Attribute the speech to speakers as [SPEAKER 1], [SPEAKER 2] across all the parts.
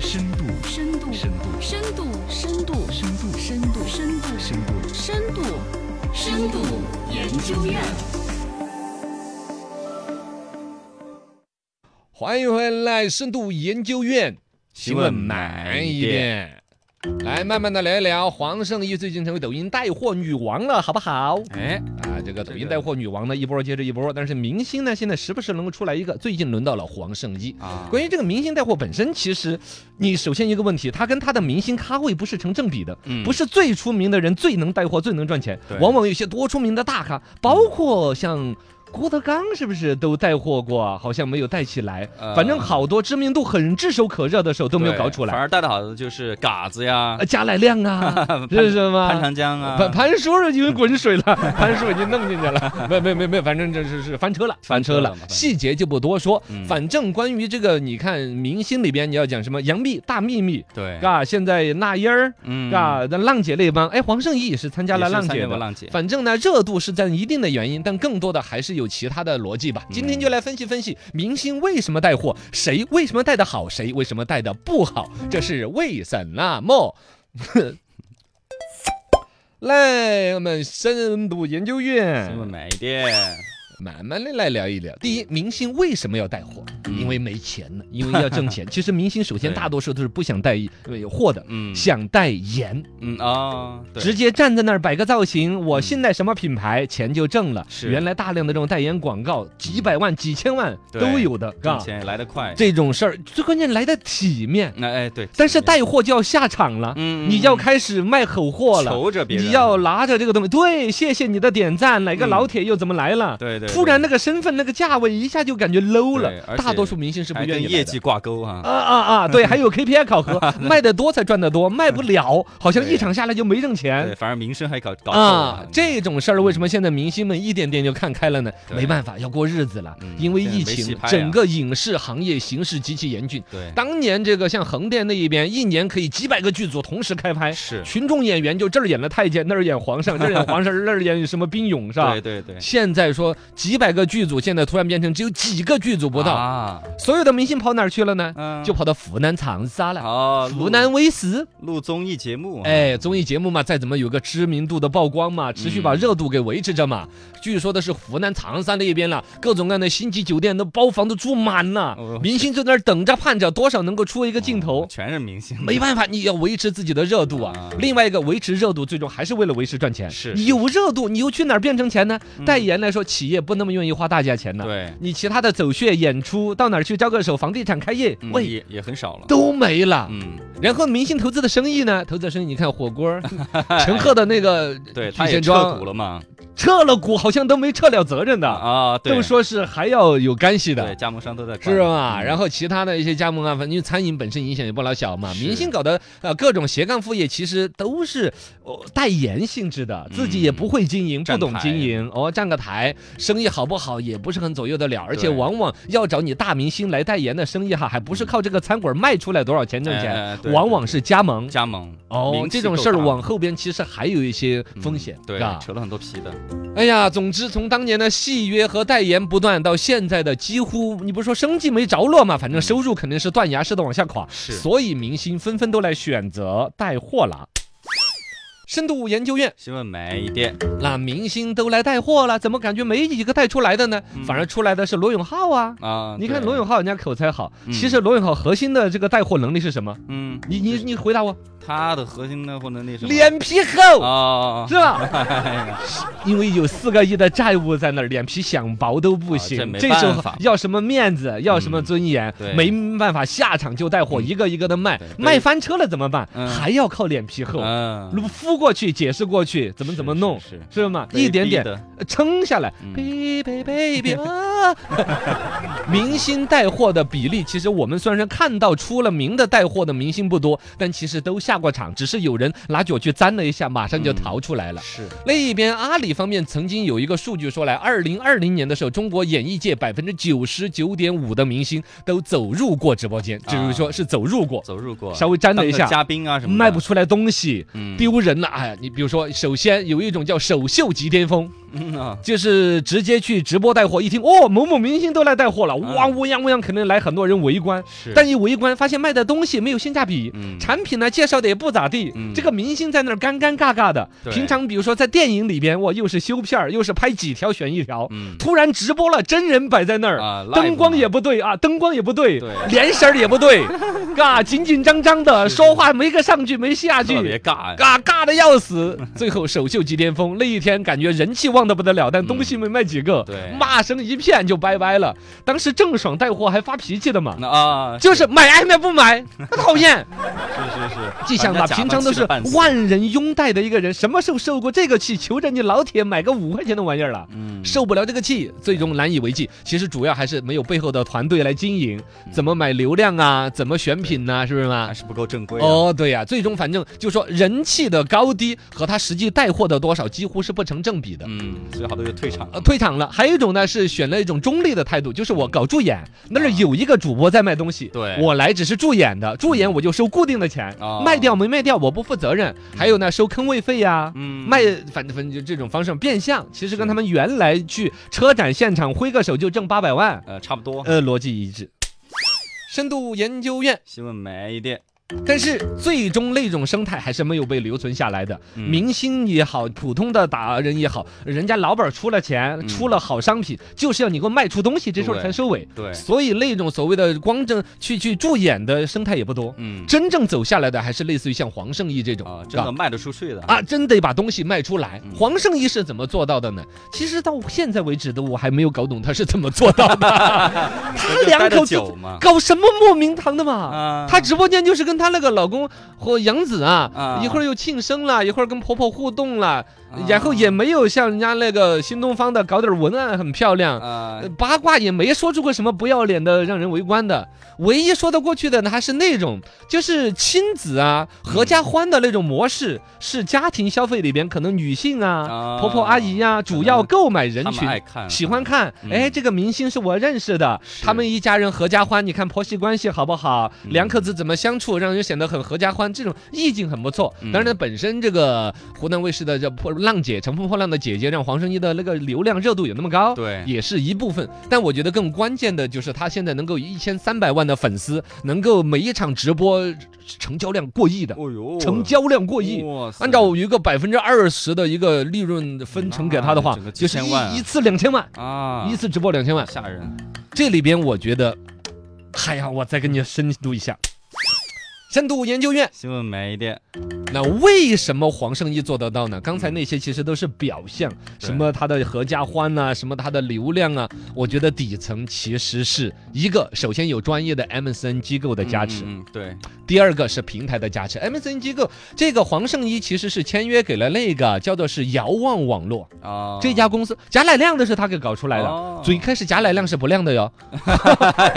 [SPEAKER 1] 深度，
[SPEAKER 2] 深度，
[SPEAKER 1] 深度，
[SPEAKER 2] 深度，深度，
[SPEAKER 1] 深度，
[SPEAKER 2] 深度，深度，
[SPEAKER 1] 深度，
[SPEAKER 2] 深度，深度研究院。
[SPEAKER 3] 欢迎回来，深度研究院
[SPEAKER 1] 新闻慢一点。
[SPEAKER 3] 来，慢慢的聊一聊，黄圣依最近成为抖音带货女王了，好不好？
[SPEAKER 1] 哎，
[SPEAKER 3] 啊，这个抖
[SPEAKER 1] 这
[SPEAKER 3] 音
[SPEAKER 1] 个
[SPEAKER 3] 带货女王呢，一波接着一波，但是明星呢，现在时不时能够出来一个。最近轮到了黄圣依。
[SPEAKER 1] 啊，
[SPEAKER 3] 关于这个明星带货本身，其实你首先一个问题，它跟它的明星咖位不是成正比的，
[SPEAKER 1] 嗯
[SPEAKER 3] 不是最出名的人最能带货、最能赚钱
[SPEAKER 1] 对，
[SPEAKER 3] 往往有些多出名的大咖，包括像。郭德纲是不是都带货过啊？好像没有带起来
[SPEAKER 1] 呃，
[SPEAKER 3] 反正好多知名度很炙手可热的时候都没有
[SPEAKER 1] 对
[SPEAKER 3] 搞出来
[SPEAKER 1] 反。而带的好的就是嘎子呀
[SPEAKER 3] 呃，加乃亮 啊，这是什么？
[SPEAKER 1] 潘长江啊，
[SPEAKER 3] 潘潘叔已经滚水了， 潘叔已经弄进去了，没没没没，反正这是是翻车了，翻车
[SPEAKER 1] 翻
[SPEAKER 3] 了
[SPEAKER 1] 车了，
[SPEAKER 3] 细节就不多说
[SPEAKER 1] 嗯。
[SPEAKER 3] 反正关于这个，你看明星里边你要讲什么，杨幂大秘密，
[SPEAKER 1] 对，
[SPEAKER 3] 嘎，现在那英儿，
[SPEAKER 1] 嗯
[SPEAKER 3] 嘎，那浪姐那帮，哎，黄圣依也是参加了浪姐的。
[SPEAKER 1] 浪姐，
[SPEAKER 3] 反正呢，热度是占一定的原因，但更多的还是有其他的逻辑吧。今天就来分析分析明星为什么带货，谁为什么带的好，谁为什么带的不好，这是为什那么？ 来，我们深度研究
[SPEAKER 1] 新闻
[SPEAKER 3] 院
[SPEAKER 1] 慢一点，
[SPEAKER 3] 慢慢的来聊一聊。第一，明星为什么要带货？
[SPEAKER 1] 嗯
[SPEAKER 3] 因为没钱呢，因为要挣 钱。其实明星首先
[SPEAKER 1] 对
[SPEAKER 3] 大多数都是不想带呃货的，
[SPEAKER 1] 嗯
[SPEAKER 3] 想代言。
[SPEAKER 1] 嗯啊，对
[SPEAKER 3] 直接站在那儿摆个造型，我
[SPEAKER 1] 嗯
[SPEAKER 3] 信赖什么品牌，钱就挣了。
[SPEAKER 1] 是嗯
[SPEAKER 3] 原来大量的这种代言广告，几百万、几千万
[SPEAKER 1] 对
[SPEAKER 3] 都有的，
[SPEAKER 1] 挣
[SPEAKER 3] 嘎。
[SPEAKER 1] 钱也来得快，
[SPEAKER 3] 这种事儿最关键来的体面，
[SPEAKER 1] 那哎对，
[SPEAKER 3] 但是带货就要下场了，
[SPEAKER 1] 嗯
[SPEAKER 3] 你要开始卖口货了，
[SPEAKER 1] 求着别人，
[SPEAKER 3] 你要拿着这个东西，对，谢谢你的点赞，哪个
[SPEAKER 1] 嗯
[SPEAKER 3] 老铁又怎么来了？
[SPEAKER 1] 对对，
[SPEAKER 3] 突然
[SPEAKER 1] 的
[SPEAKER 3] 那个身份、那个价位一下就感觉 low
[SPEAKER 1] 对
[SPEAKER 3] 了，
[SPEAKER 1] 而且
[SPEAKER 3] 大多数明星是不
[SPEAKER 1] 还
[SPEAKER 3] 愿
[SPEAKER 1] 跟
[SPEAKER 3] 意来
[SPEAKER 1] 业
[SPEAKER 3] 的
[SPEAKER 1] 绩挂钩啊，
[SPEAKER 3] 啊啊 啊！对，还有 KPI 考核，卖得多才赚得多，卖不了好像
[SPEAKER 1] 对
[SPEAKER 3] 一场下来就没挣钱
[SPEAKER 1] 对，。反而名声还搞搞错
[SPEAKER 3] 哎啊
[SPEAKER 1] 了，嗯
[SPEAKER 3] 这种事儿为什么现在明星们一点点就看开了呢？
[SPEAKER 1] 对
[SPEAKER 3] 没办法，要过日子了
[SPEAKER 1] 嗯，
[SPEAKER 3] 因为
[SPEAKER 1] 现
[SPEAKER 3] 疫
[SPEAKER 1] 在没戏
[SPEAKER 3] 情
[SPEAKER 1] 拍，啊
[SPEAKER 3] 整个影视行业形势极其严峻。
[SPEAKER 1] 对
[SPEAKER 3] 当年这个像横店那一边，一年可以几百个剧组同时开拍，
[SPEAKER 1] 是，
[SPEAKER 3] 群众演员就这儿演了太监，那儿演皇上，这儿演皇 上，那儿演什么兵俑是吧
[SPEAKER 1] 对？对对，
[SPEAKER 3] 现在说几百个剧组，现在突然变成只有几个剧组不到，
[SPEAKER 1] 啊，
[SPEAKER 3] 所有的明星跑哪儿去了呢？
[SPEAKER 1] 嗯，
[SPEAKER 3] 就跑到湖南长沙了，
[SPEAKER 1] 哦，
[SPEAKER 3] 湖南卫视。
[SPEAKER 1] 录录综艺节目，，啊
[SPEAKER 3] 哎，综艺节目嘛，再怎么有个知名度的曝光嘛，持续把
[SPEAKER 1] 嗯
[SPEAKER 3] 热度给维持着嘛。据说的是湖南长沙那一边了，各种各样的星级酒店都包房都住满了，
[SPEAKER 1] 哦
[SPEAKER 3] 明星就在那儿等着盼着，多少能够出一个镜头。
[SPEAKER 1] 全是明星，
[SPEAKER 3] 没办法，你要维持自己的热度啊。
[SPEAKER 1] 啊
[SPEAKER 3] 另外一个，维持热度最终还是为了维持赚钱。
[SPEAKER 1] 是
[SPEAKER 3] 你
[SPEAKER 1] 是
[SPEAKER 3] 有热度，你又去哪儿变成钱呢？
[SPEAKER 1] 嗯
[SPEAKER 3] 代言来说，企业不那么愿意花大价钱呢。
[SPEAKER 1] 对，
[SPEAKER 3] 你其他的走穴、演出，到哪儿去招个手？房地产开业，
[SPEAKER 1] 嗯
[SPEAKER 3] 喂，
[SPEAKER 1] 也也很少了，
[SPEAKER 3] 都没了。
[SPEAKER 1] 嗯，
[SPEAKER 3] 然后明星投资的生意呢？投资的生意，你看火 锅儿， 陈赫的那个
[SPEAKER 1] 哎对，
[SPEAKER 3] 聚
[SPEAKER 1] 他也
[SPEAKER 3] 贤
[SPEAKER 1] 撤
[SPEAKER 3] 庄
[SPEAKER 1] 股了嘛，
[SPEAKER 3] 撤了股，好像都没撤了责任的，
[SPEAKER 1] 啊，对，
[SPEAKER 3] 都说是还要有干系
[SPEAKER 1] 对，
[SPEAKER 3] 的。
[SPEAKER 1] 加盟商都在管
[SPEAKER 3] 是吧？然
[SPEAKER 1] 后
[SPEAKER 3] 后其他的一些加盟啊，反正因为餐饮本身影响也不老小嘛。
[SPEAKER 1] 是
[SPEAKER 3] 明星搞的呃各种斜杠副业，其实都是哦代言性质的，自己也不会经营，
[SPEAKER 1] 嗯站
[SPEAKER 3] 不懂
[SPEAKER 1] 台
[SPEAKER 3] 经营，哦站个台，生意好不好也不是很左右得了。而且
[SPEAKER 1] 对
[SPEAKER 3] 往往要找你大明星来代言的生意哈，还不是靠这个餐馆卖出来多少
[SPEAKER 1] 嗯
[SPEAKER 3] 钱挣
[SPEAKER 1] 哎
[SPEAKER 3] 钱，往往是加盟。
[SPEAKER 1] 加盟
[SPEAKER 3] 哦
[SPEAKER 1] 名，气
[SPEAKER 3] 这种事儿啊
[SPEAKER 1] 够大
[SPEAKER 3] 往后边其实还有一些风险，
[SPEAKER 1] 嗯对
[SPEAKER 3] 是吧，
[SPEAKER 1] 扯了很多皮的，
[SPEAKER 3] 哎呀，总之从当年的戏约和代言不断，到现在的几乎，你不是说生计没着落嘛，反正收入肯定是断崖式的往下垮，
[SPEAKER 1] 是
[SPEAKER 3] 所以明星纷纷都来选择带货了。深度研究院，
[SPEAKER 1] 新闻买一点，
[SPEAKER 3] 那明星都来带货了，怎么感觉没几个带出来的呢？
[SPEAKER 1] 嗯
[SPEAKER 3] 反而出来的是罗永浩啊。
[SPEAKER 1] 啊，
[SPEAKER 3] 你看
[SPEAKER 1] 对
[SPEAKER 3] 罗永，浩，人家口才好，
[SPEAKER 1] 嗯
[SPEAKER 3] 其实罗永浩核心的这个带货能力是什么？
[SPEAKER 1] 嗯，
[SPEAKER 3] 你你你回答我，
[SPEAKER 1] 他的核心的或能力是什么
[SPEAKER 3] 脸皮厚。
[SPEAKER 1] 啊，
[SPEAKER 3] 是吧？ 因为有四个亿的债务在那儿，脸皮想薄都不
[SPEAKER 1] 啊这
[SPEAKER 3] 行。
[SPEAKER 1] 没
[SPEAKER 3] 这时
[SPEAKER 1] 办
[SPEAKER 3] 候
[SPEAKER 1] 法嗯
[SPEAKER 3] 要什么面子，要什么尊严
[SPEAKER 1] 对，嗯
[SPEAKER 3] 没办法，下场就带货，一个一个的卖
[SPEAKER 1] 对，对
[SPEAKER 3] 卖翻车了怎么办？
[SPEAKER 1] 嗯
[SPEAKER 3] 还要靠脸皮厚，
[SPEAKER 1] 嗯，
[SPEAKER 3] 敷过去，解释过去，怎么怎么弄
[SPEAKER 1] 是，是
[SPEAKER 3] 是吗？
[SPEAKER 1] 被
[SPEAKER 3] 一点
[SPEAKER 1] 逼
[SPEAKER 3] 点
[SPEAKER 1] 的
[SPEAKER 3] 呃撑下来
[SPEAKER 1] 嗯
[SPEAKER 3] ，baby baby 啊！ 明星带货的比例，其实我们虽然看到出了名的带货的明星不多，但其实都下过场，只是有人拿脚去沾了一下，马上就
[SPEAKER 1] 嗯
[SPEAKER 3] 逃出来了。
[SPEAKER 1] 是
[SPEAKER 3] 另一边，阿里方面曾经有一个数据说来，二零二零年的时候，中国演艺界百分之九十九点五的明星都走入过直播间，只是说是走入过，
[SPEAKER 1] 啊走入过，
[SPEAKER 3] 稍微沾了一
[SPEAKER 1] 当
[SPEAKER 3] 下
[SPEAKER 1] 个，嘉宾啊什么的
[SPEAKER 3] 卖不出来东西，
[SPEAKER 1] 嗯
[SPEAKER 3] 丢人了。哎，你比如说，首先有一种叫首秀级巅峰，
[SPEAKER 1] 嗯啊，
[SPEAKER 3] 就是直接去直播带货，一听哦，某某明星都来带货了，哇，乌泱乌泱，肯定来很多人围观。
[SPEAKER 1] 嗯是，
[SPEAKER 3] 但一围观，发现卖的东西没有性价比，
[SPEAKER 1] 嗯
[SPEAKER 3] 产品呢介绍的也不咋地。
[SPEAKER 1] 嗯
[SPEAKER 3] 这个明星在那儿尴尴尬尬的。
[SPEAKER 1] 对
[SPEAKER 3] 平常比如说在电影里边，哇，又是修片儿，又是拍几条选一条。
[SPEAKER 1] 嗯
[SPEAKER 3] 突然直播了，真人摆在那儿，
[SPEAKER 1] 啊，live
[SPEAKER 3] 灯光
[SPEAKER 1] 嘛
[SPEAKER 3] 也不对啊，灯光也不对，
[SPEAKER 1] 对
[SPEAKER 3] 脸色儿也 不对，嘎，紧紧张张的，
[SPEAKER 1] 是
[SPEAKER 3] 说话没个上句没下
[SPEAKER 1] 特
[SPEAKER 3] 句
[SPEAKER 1] 别。尬 呀，
[SPEAKER 3] 嘎啊尬的要死，最后首秀即巅峰那一天，感觉人气旺的不得了，但东西没卖几个，
[SPEAKER 1] 对
[SPEAKER 3] 骂声一片就拜拜了。当时郑爽带货还发脾气的嘛，
[SPEAKER 1] 那啊，
[SPEAKER 3] 就是买爱买不买， 讨厌。
[SPEAKER 1] 是是是，
[SPEAKER 3] 既想
[SPEAKER 1] 把
[SPEAKER 3] 把
[SPEAKER 1] 人家假
[SPEAKER 3] 平常
[SPEAKER 1] 扮
[SPEAKER 3] 都
[SPEAKER 1] 气
[SPEAKER 3] 是
[SPEAKER 1] 得半死
[SPEAKER 3] 万人拥戴的一个人，什么时候受过这个气？求着你老铁买个五块钱的玩意儿了。
[SPEAKER 1] 嗯，
[SPEAKER 3] 受不了这个气，最终难以为继。其实主要还是没有背后的团队来经营，
[SPEAKER 1] 嗯
[SPEAKER 3] 怎么买流量啊，怎么选品呐、是不是嘛
[SPEAKER 1] 还？是不够正规啊，
[SPEAKER 3] 哦，对呀、最终反正就说人气的高低和他实际带货的多少几乎是不成正比的。
[SPEAKER 1] 嗯，所以好多就退场
[SPEAKER 3] 呃，
[SPEAKER 1] 了，
[SPEAKER 3] 退场了。还有一种呢，是选了一种中立的态度，就是我搞助演，那儿有一个主播在卖东西，
[SPEAKER 1] 对
[SPEAKER 3] 我来只是助演的，助演我就收固定的钱，
[SPEAKER 1] 哦
[SPEAKER 3] 卖掉没卖掉我不负责任。还有呢，收坑位费呀、
[SPEAKER 1] 嗯，
[SPEAKER 3] 卖反正反正就这种方式变相，其实跟他们原来去车展现场挥个手就挣八百万，
[SPEAKER 1] 呃差不多，
[SPEAKER 3] 呃，逻辑一致。深度研究院，
[SPEAKER 1] 新闻没一点，
[SPEAKER 3] 但是最终那种生态还是没有被留存下来的。
[SPEAKER 1] 嗯
[SPEAKER 3] 明星也好，普通的达人也好，人家老板出了钱，
[SPEAKER 1] 嗯
[SPEAKER 3] 出了好商品，就是要你给我卖出东西，这事儿
[SPEAKER 1] 对
[SPEAKER 3] 才收尾。
[SPEAKER 1] 对，
[SPEAKER 3] 所以那种所谓的光正去去助演的生态也不多，
[SPEAKER 1] 嗯，
[SPEAKER 3] 真正走下来的还是类似于像黄圣依这种
[SPEAKER 1] 啊，
[SPEAKER 3] 是
[SPEAKER 1] 真
[SPEAKER 3] 吧
[SPEAKER 1] 的卖得出去的，
[SPEAKER 3] 啊，真得把东西卖出来。
[SPEAKER 1] 嗯
[SPEAKER 3] 黄圣依是怎么做到的呢？其实到现在为止的我还没有搞懂他是怎么做到 的。
[SPEAKER 1] 所以就
[SPEAKER 3] 他
[SPEAKER 1] 待
[SPEAKER 3] 两
[SPEAKER 1] 得
[SPEAKER 3] 口子
[SPEAKER 1] 久嘛，
[SPEAKER 3] 搞什么莫名堂的嘛？
[SPEAKER 1] 啊
[SPEAKER 3] 她直播间就是跟她那个老公和杨紫啊
[SPEAKER 1] 啊，
[SPEAKER 3] 一会儿又庆生了，一会儿跟婆婆互动了，
[SPEAKER 1] 啊
[SPEAKER 3] 然后也没有像人家那个新东方的搞点文案很漂亮。
[SPEAKER 1] 啊
[SPEAKER 3] 呃，八卦也没说出过什么不要脸的、让人围观的，唯一说得过去的呢，还是那种就是亲子啊、
[SPEAKER 1] 嗯
[SPEAKER 3] 合家欢的那种模式，是家庭消费里边可能女性啊、
[SPEAKER 1] 啊
[SPEAKER 3] 婆婆阿姨呀、主要购买人
[SPEAKER 1] 他们
[SPEAKER 3] 群
[SPEAKER 1] 爱看，
[SPEAKER 3] 喜欢看，
[SPEAKER 1] 嗯
[SPEAKER 3] 哎，这个明星是我认识的，
[SPEAKER 1] 是
[SPEAKER 3] 他们一家人合家欢，你看婆媳关系好不好？
[SPEAKER 1] 嗯
[SPEAKER 3] 两口子怎么相处，让人显得很合家欢，这种意境很不错。
[SPEAKER 1] 嗯
[SPEAKER 3] 当然呢，本身这个湖南卫视的这破浪姐《乘风破浪的姐姐》，让黄圣依的那个流量热度有那么高，
[SPEAKER 1] 对
[SPEAKER 3] 也是一部分。但我觉得更关键的就是她现在能够一千三百万的粉丝，能够每一场直播成交量过亿的，
[SPEAKER 1] 哦呦，
[SPEAKER 3] 成交量过亿。
[SPEAKER 1] 哇塞，
[SPEAKER 3] 按照一个百分之二十的一个利润分成给他的话
[SPEAKER 1] 那整个，
[SPEAKER 3] 就是
[SPEAKER 1] 几千万啊
[SPEAKER 3] 一一次两千万，
[SPEAKER 1] 啊，
[SPEAKER 3] 一次直播两千万。
[SPEAKER 1] 吓人，
[SPEAKER 3] 这里边我觉得，哎呀，我再跟你深度一下。深度研究院，
[SPEAKER 1] 新闻没一点，
[SPEAKER 3] 那为什么黄圣依做得到呢？刚才那些其实都是表象，
[SPEAKER 1] 对
[SPEAKER 3] 什么他的合家欢呐、什么他的流量啊，我觉得底层其实是一个，首先有专业的 MSN 机构的加持，
[SPEAKER 1] 嗯，嗯嗯对，
[SPEAKER 3] 第二个是平台的加持。MSN 机构这个黄圣依其实是签约给了那个叫做是遥望网络
[SPEAKER 1] 啊，
[SPEAKER 3] 这家公司，贾乃亮的是他给搞出来的。
[SPEAKER 1] 哦
[SPEAKER 3] 最开始贾乃亮是不亮 的哟，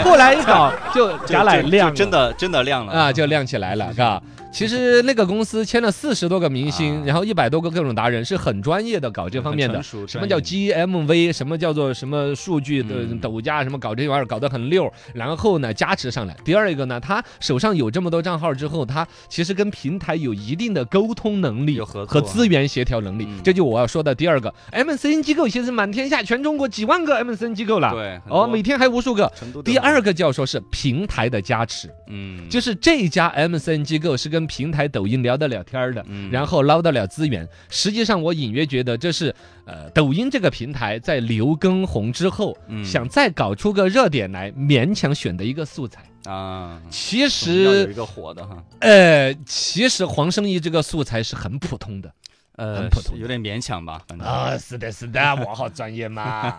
[SPEAKER 3] 后来一搞就
[SPEAKER 1] 就
[SPEAKER 3] 贾乃
[SPEAKER 1] 就
[SPEAKER 3] 亮
[SPEAKER 1] 就真
[SPEAKER 3] 的
[SPEAKER 1] 的真的亮了嗯
[SPEAKER 3] 啊就亮起来了，嘎。其实那个公司签了四十多个明星
[SPEAKER 1] 啊，
[SPEAKER 3] 然后一百多个各种达人，是很专业的搞这方面的
[SPEAKER 1] 很成。熟
[SPEAKER 3] 什么叫
[SPEAKER 1] 专业
[SPEAKER 3] GMV？什么叫做什么数据的
[SPEAKER 1] 嗯
[SPEAKER 3] 抖加？什么搞这玩意儿搞得很溜，然后呢加持上来。第二一个呢，他手上有这么多账号之后，他其实跟平台有一定的沟通能力
[SPEAKER 1] 有合作
[SPEAKER 3] 和资源协调能力
[SPEAKER 1] 嗯。
[SPEAKER 3] 这就我要说的第二个 MCN 机构，其实满天下全中国几万个 MCN 机构了。
[SPEAKER 1] 对很多
[SPEAKER 3] 哦，每天还无数个。
[SPEAKER 1] 成都的
[SPEAKER 3] 第二个叫说是平台的加持，
[SPEAKER 1] 嗯
[SPEAKER 3] 就是这家 MCN 机构是跟平台、抖音聊得了天儿的，
[SPEAKER 1] 嗯
[SPEAKER 3] 然后捞得了资源。实际上，我隐约觉得这是呃，抖音这个平台在刘畊宏之后，
[SPEAKER 1] 嗯
[SPEAKER 3] 想再搞出个热点来，勉强选的一个素材。
[SPEAKER 1] 啊
[SPEAKER 3] 其
[SPEAKER 1] 总要有
[SPEAKER 3] 实，
[SPEAKER 1] 一个火的哈，
[SPEAKER 3] 呃，其实黄圣依这个素材是很普通的
[SPEAKER 1] 呃
[SPEAKER 3] 很普通
[SPEAKER 1] 有点勉强吧，反正
[SPEAKER 3] 啊、是的，是的，我好专业嘛。